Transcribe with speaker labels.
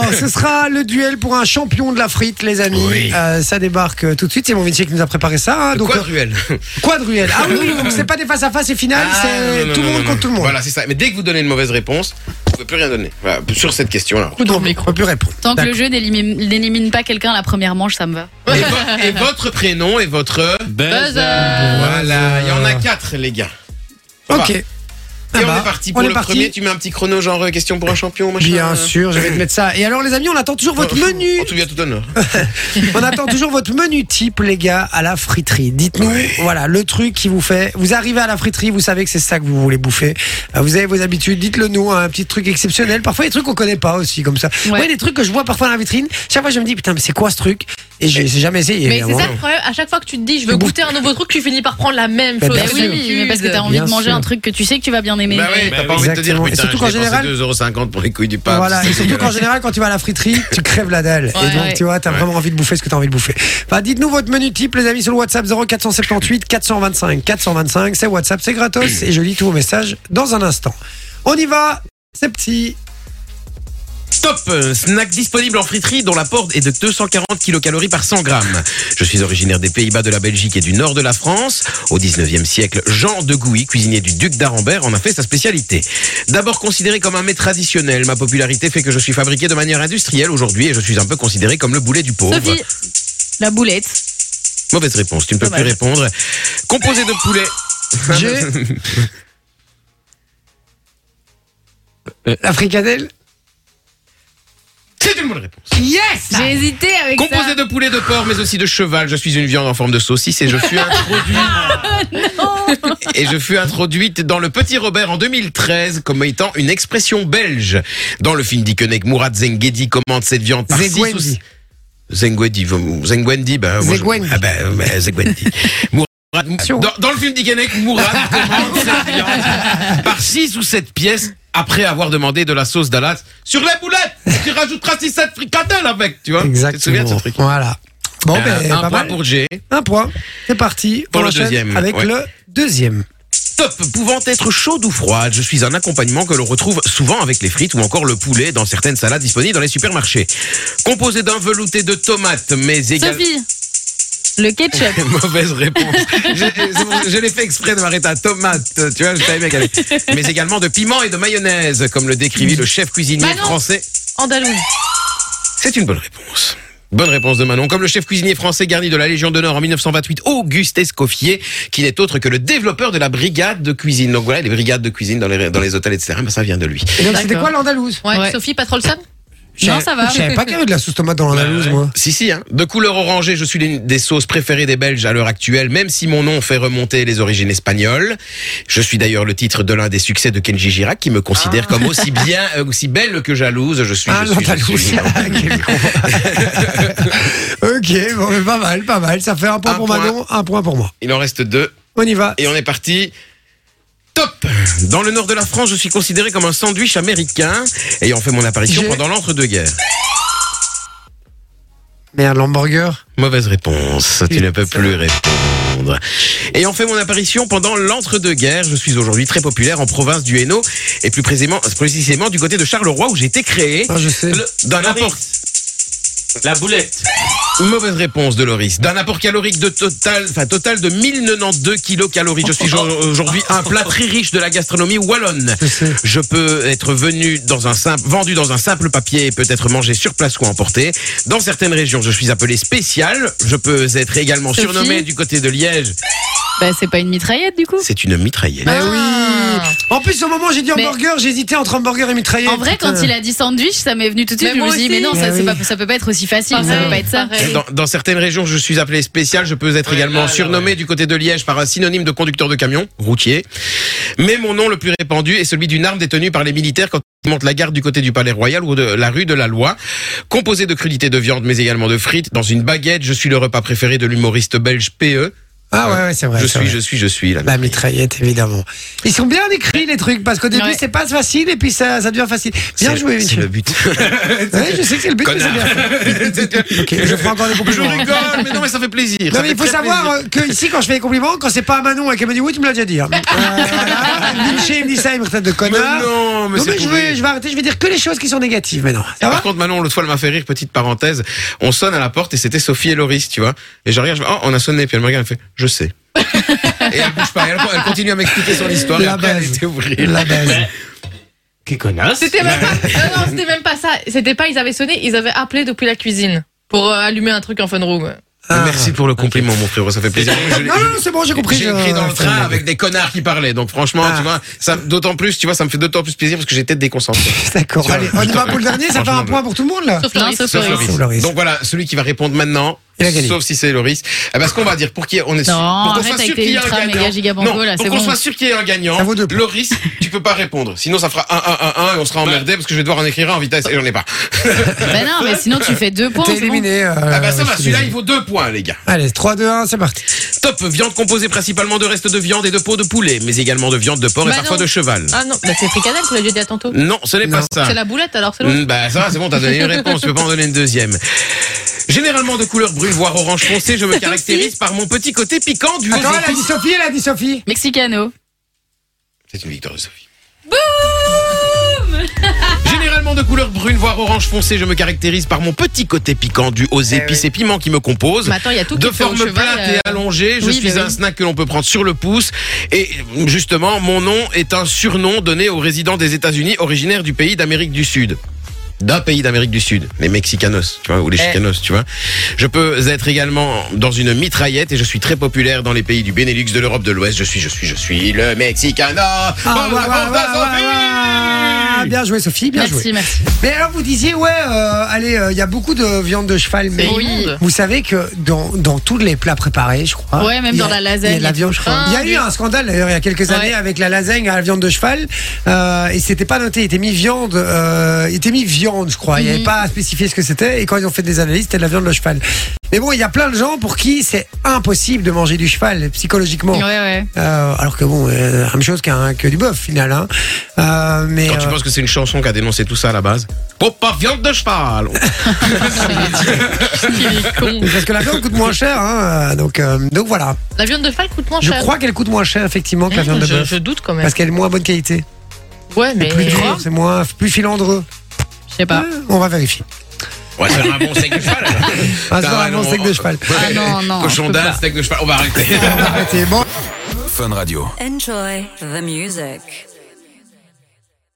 Speaker 1: Oh, ce sera le duel pour un champion de la frite, les amis.
Speaker 2: Oui.
Speaker 1: Euh, ça débarque euh, tout de suite. C'est mon métier qui nous a préparé ça. hein. donc,
Speaker 2: Quoi, Ruel
Speaker 1: euh, quadruel. Ah oui, donc c'est pas des face à face et finale.
Speaker 2: Ah,
Speaker 1: c'est
Speaker 2: non, non,
Speaker 1: tout le
Speaker 2: non,
Speaker 1: monde contre
Speaker 2: non, non.
Speaker 1: tout le monde.
Speaker 2: Voilà, c'est ça. Mais dès que vous donnez une mauvaise réponse, vous pouvez plus rien donner. Voilà, sur cette question-là.
Speaker 1: Coup de
Speaker 3: Dans le
Speaker 1: rem-
Speaker 3: micro.
Speaker 1: on peut plus répondre.
Speaker 3: Tant que
Speaker 1: D'accord.
Speaker 3: le jeu n'élimine n'élimine pas quelqu'un à la première manche, ça me va.
Speaker 2: Et, vo- et votre prénom et votre.
Speaker 1: Ben,
Speaker 3: Buzz
Speaker 2: Voilà, il y en a quatre, les gars. Ça va.
Speaker 1: Ok.
Speaker 2: Et
Speaker 1: Ah
Speaker 2: on
Speaker 1: bah,
Speaker 2: est parti pour
Speaker 1: on est
Speaker 2: le
Speaker 1: parti.
Speaker 2: premier. Tu mets un petit chrono, genre euh, question pour un champion, machin.
Speaker 1: Bien
Speaker 2: euh,
Speaker 1: sûr, je vais te mettre ça. Et alors, les amis, on attend toujours votre
Speaker 2: euh,
Speaker 1: menu.
Speaker 2: En tout bien, tout honneur.
Speaker 1: On attend toujours votre menu type, les gars, à la friterie. Dites-nous, voilà, le truc qui vous fait. Vous arrivez à la friterie, vous savez que c'est ça que vous voulez bouffer. Euh, Vous avez vos habitudes, dites-le nous, hein, un petit truc exceptionnel. Parfois, il y a des trucs qu'on connaît pas aussi, comme ça.
Speaker 3: Ouais.
Speaker 1: Moi, il y a des trucs que je vois parfois dans la vitrine. Chaque fois, je me dis, putain, mais c'est quoi ce truc Et je n'ai jamais essayé. hein.
Speaker 4: Mais c'est
Speaker 1: évidemment.
Speaker 4: ça le problème, à chaque fois que tu te dis je veux goûter un nouveau truc, tu finis par prendre la même
Speaker 1: Bah,
Speaker 4: chose.
Speaker 1: bien
Speaker 3: Eh
Speaker 4: que
Speaker 1: sûr.
Speaker 3: oui,
Speaker 4: d'habitude.
Speaker 3: mais parce que t'as envie de
Speaker 1: Bien
Speaker 3: manger
Speaker 1: sûr.
Speaker 3: un truc que tu sais que tu vas bien aimer.
Speaker 2: Bah oui, t'as
Speaker 5: oui.
Speaker 2: pas envie de te dire,
Speaker 1: Exactement. Et
Speaker 2: putain,
Speaker 1: surtout qu'en
Speaker 2: j'ai
Speaker 1: général-
Speaker 2: dépensé 2,50€ pour les couilles du pape.
Speaker 1: Voilà,
Speaker 2: c'est
Speaker 1: et surtout qu'en
Speaker 2: dégueulasse.
Speaker 1: général, quand tu vas à la friterie, tu crèves la dalle.
Speaker 3: Ouais,
Speaker 1: et donc,
Speaker 3: ouais.
Speaker 1: tu vois, t'as vraiment envie de bouffer ce que t'as envie de bouffer. Bah, dites-nous votre menu type, les amis, sur le WhatsApp 0478 425 425. C'est WhatsApp, c'est gratos. et je lis tous vos messages dans un instant. On y va, c'est petit.
Speaker 2: Stop euh, Snack disponible en friterie dont l'apport est de 240 kilocalories par 100 grammes. Je suis originaire des Pays-Bas, de la Belgique et du nord de la France. Au 19e siècle, Jean de Gouy, cuisinier du duc d'Arambert, en a fait sa spécialité. D'abord considéré comme un mets traditionnel, ma popularité fait que je suis fabriqué de manière industrielle aujourd'hui et je suis un peu considéré comme le boulet du pauvre.
Speaker 3: Sophie,
Speaker 1: bah.
Speaker 3: la boulette.
Speaker 2: Mauvaise réponse, tu ne peux plus
Speaker 3: Dommage.
Speaker 2: répondre. Composé de poulet...
Speaker 1: J'ai. La fricadelle
Speaker 2: C'est une bonne réponse.
Speaker 1: Yes
Speaker 3: J'ai hésité avec
Speaker 2: Composé de poulet de porc, mais aussi de cheval. Je suis une viande en forme de saucisse et je fus introduite. et je fus introduite dans le Petit Robert en 2013 comme étant une expression belge. Dans le film Dickeneck, Mourad Zengedi commande cette viande par six
Speaker 1: Zegwendi.
Speaker 2: ou six- Zengwendi, vous- Zengwendi, bah, moi, je-
Speaker 1: Zegwendi.
Speaker 2: Ah bah, bah, Zegwendi. Mourad-
Speaker 1: Attention.
Speaker 2: dans, dans le film Dickeneck, Mourad commande cette viande par 6 ou 7 pièces après avoir demandé de la sauce d'Alas sur les boulettes. Tu rajouteras 6-7 fricadelles avec, tu vois.
Speaker 1: Exactement.
Speaker 2: Hein, Tu te souviens de ce truc
Speaker 1: Voilà. Bon,
Speaker 2: euh,
Speaker 1: ben,
Speaker 2: un
Speaker 1: pas
Speaker 2: point
Speaker 1: mal.
Speaker 2: pour G.
Speaker 1: Un point. C'est parti.
Speaker 2: Pour
Speaker 1: On
Speaker 2: le
Speaker 1: enchaîne
Speaker 2: deuxième,
Speaker 1: Avec
Speaker 2: ouais.
Speaker 1: le deuxième.
Speaker 2: Stop pouvant être chaude ou froide, je suis un accompagnement que l'on retrouve souvent avec les frites ou encore le poulet dans certaines salades disponibles dans les supermarchés. Composé d'un velouté de tomates, mais également...
Speaker 3: Sophie, le ketchup.
Speaker 2: Mauvaise réponse. je c'est pour- je l'ai fait exprès de m'arrêter à tomate, tu vois, je savais bien qu'elle allait- Mais également de piment et de mayonnaise, comme le décrivit le chef cuisinier
Speaker 4: Bah non.
Speaker 2: français.
Speaker 4: Andalouse.
Speaker 2: C'est une bonne réponse. Bonne réponse de Manon. Comme le chef cuisinier français garni de la Légion d'honneur en 1928, Auguste Escoffier, qui n'est autre que le développeur de la brigade de cuisine. Donc voilà, les brigades de cuisine dans les, dans les hôtels, etc. Ben, ça vient de lui.
Speaker 1: Et donc, c'était
Speaker 3: D'accord.
Speaker 1: quoi l'Andalouse
Speaker 4: Ouais,
Speaker 3: Ouais.
Speaker 4: Sophie, pas trop le seum
Speaker 3: Non, ça va.
Speaker 1: Je savais pas qu'il y avait de la sauce tomate dans l'Andalouse, moi.
Speaker 2: Si, si, hein. De couleur orangée, je suis l'une des sauces préférées des Belges à l'heure actuelle, même si mon nom fait remonter les origines espagnoles. Je suis d'ailleurs le titre de l'un des succès de Kenji Girac, qui me considère comme aussi bien, euh, aussi belle que jalouse. Je suis,
Speaker 1: Ah,
Speaker 2: je suis, je suis.
Speaker 1: l'Andalouse. Quel con. ok, bon, mais pas mal, pas mal. Ça fait un point
Speaker 2: Un
Speaker 1: pour
Speaker 2: point.
Speaker 1: Manon, un point pour moi.
Speaker 2: Il en reste deux.
Speaker 1: On y va.
Speaker 2: Et on est parti. Top Dans le nord de la France, je suis considéré comme un sandwich américain, ayant fait mon apparition
Speaker 1: J'ai-
Speaker 2: pendant l'entre-deux-guerres.
Speaker 1: Merde, l'hamburger.
Speaker 2: Mauvaise réponse, tu
Speaker 1: Putain.
Speaker 2: ne peux plus répondre. Ayant fait mon apparition pendant l'entre-deux-guerres, je suis aujourd'hui très populaire en province du Hainaut, et plus précisément, précisément du côté de Charleroi où j'ai été créé.
Speaker 1: Ah, je sais.
Speaker 2: Le- D'un apport,
Speaker 5: Euh, La boulette.
Speaker 2: mauvaise réponse de Loris. D'un apport calorique de total, enfin total de 1092 kilocalories. Je suis aujourd'hui un plat très riche de la gastronomie wallonne.
Speaker 1: Je sais.
Speaker 2: Je peux être venu dans un simple, vendu dans un simple papier et peut être mangé sur place ou emporté. Dans certaines régions, je suis appelé spécial. Je peux être également
Speaker 3: Sophie
Speaker 2: surnommé du côté de Liège.
Speaker 3: Bah, c'est pas une mitraillette du coup.
Speaker 2: C'est une mitraillette.
Speaker 1: Mais
Speaker 3: Ah.
Speaker 1: Eh oui. En plus, au moment où j'ai dit
Speaker 3: Mais-
Speaker 1: hamburger, j'hésitais entre hamburger et mitraillette.
Speaker 3: En vrai, quand il a dit sandwich, ça m'est venu tout de suite.
Speaker 4: Mais
Speaker 3: je me
Speaker 4: moi
Speaker 3: suis dit, mais
Speaker 4: aussi.
Speaker 3: non,
Speaker 1: Mais
Speaker 3: ça, c'est
Speaker 1: Ah oui.
Speaker 3: pas, ça peut pas être aussi facile.
Speaker 4: Pareil,
Speaker 3: ça peut pas être ça.
Speaker 4: pareil.
Speaker 2: Dans, dans certaines régions, je suis appelé spécial. Je peux être
Speaker 5: Ouais,
Speaker 2: également
Speaker 5: là, là,
Speaker 2: surnommé
Speaker 5: ouais.
Speaker 2: du côté de Liège par un synonyme de conducteur de camion, routier. Mais mon nom le plus répandu est celui d'une arme détenue par les militaires quand ils montent la garde du côté du Palais Royal ou de la rue de la Loi. Composé de crudités de viande, mais également de frites, dans une baguette, je suis le repas préféré de l'humoriste belge E. PE.
Speaker 1: Ah ouais, ouais c'est vrai.
Speaker 2: je
Speaker 1: c'est
Speaker 2: suis,
Speaker 1: vrai. Bah,
Speaker 2: je suis, je suis là.
Speaker 1: La mitraillette, évidemment. Ils sont bien écrits, les trucs, parce qu'au début,
Speaker 3: Ouais.
Speaker 1: c'est pas facile, et puis ça, ça devient facile. Bien
Speaker 2: C'est-
Speaker 1: joué,
Speaker 2: C'est
Speaker 1: Vinci.
Speaker 2: le but.
Speaker 1: Ouais, je sais que c'est le but, mais c'est bien fait. Ok, je ferai encore des
Speaker 2: Je
Speaker 1: compliments.
Speaker 2: rigole, mais non, mais ça fait plaisir.
Speaker 1: Non,
Speaker 2: ça
Speaker 1: mais
Speaker 2: fait
Speaker 1: il faut
Speaker 2: très
Speaker 1: savoir euh, que ici, quand je fais des compliments, quand c'est pas à Manon et qu'elle me dit oui, tu me l'as déjà dit. hein. Euh, voilà. Vinci, il me dit ça, il me traite de
Speaker 2: plaisir.
Speaker 1: connard.
Speaker 2: Mais non, mais
Speaker 1: euh, Non,
Speaker 2: c'est
Speaker 1: mais je
Speaker 2: pourri.
Speaker 1: vais, je vais arrêter, je vais dire que les choses qui sont négatives maintenant. Ça va
Speaker 2: Par contre, Manon, l'autre fois, elle m'a fait rire, petite parenthèse. On sonne à la porte et c'était Sophie et Loris, tu vois. Et je regarde, je fais, oh, on a sonné. Puis elle me regarde, elle fait, je sais. et elle bouge pas. Elle, elle continue à m'expliquer son histoire. et
Speaker 1: La
Speaker 2: après, elle
Speaker 1: base.
Speaker 2: était ouvrière.
Speaker 1: La base.
Speaker 5: Ouais. Quelle connasse
Speaker 4: C'était même pas. Non, non, c'était même pas ça. C'était pas. Ils avaient sonné. Ils avaient appelé depuis la cuisine pour euh, allumer un truc en fun room.
Speaker 1: Ah.
Speaker 2: Merci pour le compliment, mon frérot. Ça fait plaisir. Je-
Speaker 1: Non, non, non, c'est bon, j'ai compris.
Speaker 2: J'ai
Speaker 1: je-
Speaker 2: écrit dans le train avec des connards qui parlaient. Donc franchement,
Speaker 1: Ah.
Speaker 2: tu vois, ça d'autant plus, tu vois, ça me fait d'autant plus plaisir parce que j'étais déconcentré.
Speaker 1: D'accord. Allez, on y va pour le dernier, ça fait un
Speaker 2: Franchement,
Speaker 1: point pour tout le monde, là.
Speaker 4: Sauf
Speaker 3: Non,
Speaker 4: Loris.
Speaker 3: sauf
Speaker 2: Sauf
Speaker 3: Loris.
Speaker 2: Loris.
Speaker 1: Sauf Loris.
Speaker 2: Donc voilà, celui qui va répondre maintenant,
Speaker 1: Il a gagné.
Speaker 2: sauf si c'est Loris. Eh ben, ce qu'on va dire pour qu'il y ait- on est sûr-
Speaker 3: Non,
Speaker 2: pour qu'on
Speaker 3: arrête
Speaker 2: soit
Speaker 3: avec
Speaker 2: sûr
Speaker 3: tes
Speaker 2: qu'il y ait un
Speaker 3: ultra
Speaker 2: gagnant.
Speaker 3: méga giga
Speaker 2: Non,
Speaker 3: banco, là,
Speaker 2: pour
Speaker 3: c'est
Speaker 2: qu'on
Speaker 3: bon.
Speaker 2: soit sûr qu'il y ait un gagnant.
Speaker 1: Ça vaut deux points.
Speaker 2: Loris, tu peux pas répondre. Sinon ça fera 1 1 1 1 et on sera emmerdé parce que je vais devoir en écrire un en vitesse et j'en ai pas.
Speaker 1: Euh,
Speaker 3: Ben non, mais sinon tu fais deux points.
Speaker 1: T'es
Speaker 3: c'est bon.
Speaker 1: éliminé. euh,
Speaker 2: Ah bah ça
Speaker 1: je
Speaker 2: va,
Speaker 1: suis
Speaker 2: celui-là il
Speaker 1: désolé.
Speaker 2: vaut deux points les gars.
Speaker 1: Allez, 3, 2, 1, c'est parti.
Speaker 2: Top viande composée principalement de restes de viande et de peaux de poulet, mais également de viande de porc et
Speaker 4: Bah
Speaker 2: parfois
Speaker 4: non.
Speaker 2: de cheval.
Speaker 4: Ah non, bah c'est fricadelle que j'ai dit à tantôt.
Speaker 2: Non, ce n'est pas
Speaker 1: Non.
Speaker 2: ça.
Speaker 4: C'est la boulette alors c'est l'autre.
Speaker 2: Mm, Bah ça va, c'est bon, t'as donné une réponse, je peux pas en donner une deuxième. Généralement de couleur brune, voire orange foncé, je me caractérise par mon petit côté piquant du haut
Speaker 1: Attends, elle a
Speaker 2: des
Speaker 1: dit Sophie, elle a dit Sophie.
Speaker 3: Mexicano.
Speaker 2: C'est une victoire de Sophie. Généralement de couleur brune, voire orange foncé, je me caractérise par mon petit côté piquant du aux épices et piments qui me composent.
Speaker 4: Mais attends, il y a tout
Speaker 2: De
Speaker 4: qui fait au
Speaker 2: forme
Speaker 4: cheval,
Speaker 2: plate
Speaker 4: euh,
Speaker 2: et allongée, je
Speaker 4: oui,
Speaker 2: suis
Speaker 4: bah
Speaker 2: un
Speaker 4: oui.
Speaker 2: snack que l'on peut prendre sur le pouce. Et euh, justement, mon nom est un surnom donné aux résidents des États-Unis originaires du pays d'Amérique du Sud. D'un pays d'Amérique du Sud, les Mexicanos, tu vois,
Speaker 4: Eh.
Speaker 2: ou les Chicanos, tu vois. Je peux être également dans une mitraillette et je suis très populaire dans les pays du Benelux, de l'Europe de l'Ouest. Je suis, je suis, je suis le Mexicano.
Speaker 1: Ah,
Speaker 2: Bravo,
Speaker 1: ouais, ouais,
Speaker 2: bravo,
Speaker 1: ouais,
Speaker 2: bah, Sophie
Speaker 1: ouais, ouais. Bien joué, Sophie, bien joué.
Speaker 3: Merci, merci.
Speaker 1: Mais alors vous disiez ouais, euh, allez, euh, il y a beaucoup de viande de cheval, mais
Speaker 4: immonde.
Speaker 1: vous savez que dans, dans tous les plats préparés, je crois.
Speaker 3: Ouais, même
Speaker 1: il y a-
Speaker 3: dans la
Speaker 1: Il
Speaker 3: lasagne,
Speaker 1: y a de la
Speaker 3: il y a
Speaker 1: viande.
Speaker 3: tout.
Speaker 1: cheval. Il y a eu un scandale d'ailleurs il y a quelques
Speaker 3: Ouais.
Speaker 1: années avec la lasagne à la viande de cheval euh, et c'était pas noté, il était mis viande, euh, il était mis viande, je crois. Il n'y avait
Speaker 3: Mhm.
Speaker 1: pas à spécifier ce que c'était et quand ils ont fait des analyses, c'était de la viande de cheval. Mais bon, il y a plein de gens pour qui c'est impossible de manger du cheval psychologiquement.
Speaker 3: Ouais, ouais.
Speaker 1: Euh, alors que bon, euh, la même chose qu'un que du bœuf final. Hein. Euh, mais
Speaker 2: Quand tu
Speaker 1: euh,
Speaker 2: penses que c'est une chanson qui a dénoncé tout ça à la base. Oh, pas viande de cheval.
Speaker 1: Mais Parce que la viande coûte moins cher, hein, euh, donc, euh, donc voilà.
Speaker 4: La viande de cheval coûte moins
Speaker 1: Je
Speaker 4: cher.
Speaker 1: crois qu'elle coûte moins cher effectivement que la viande
Speaker 4: Mmh,
Speaker 1: de
Speaker 4: je,
Speaker 1: bœuf.
Speaker 4: je doute quand même.
Speaker 1: Parce qu'elle est moins bonne qualité.
Speaker 4: Ouais, mais. Ah.
Speaker 1: Plus dure, c'est moins, plus filandreux.
Speaker 3: Je sais pas.
Speaker 1: Euh, On va vérifier.
Speaker 2: Ouais, c'est un bon steak de cheval. alors.
Speaker 1: Ah, c'est
Speaker 2: Putain,
Speaker 1: un bon
Speaker 2: non,
Speaker 1: steak de cheval.
Speaker 3: Ah non, non, je
Speaker 2: Cochon
Speaker 3: peux
Speaker 2: d'Inde,
Speaker 3: pas.
Speaker 2: steak de cheval, on va arrêter.
Speaker 1: On va arrêter. Bon,
Speaker 6: Enjoy the music.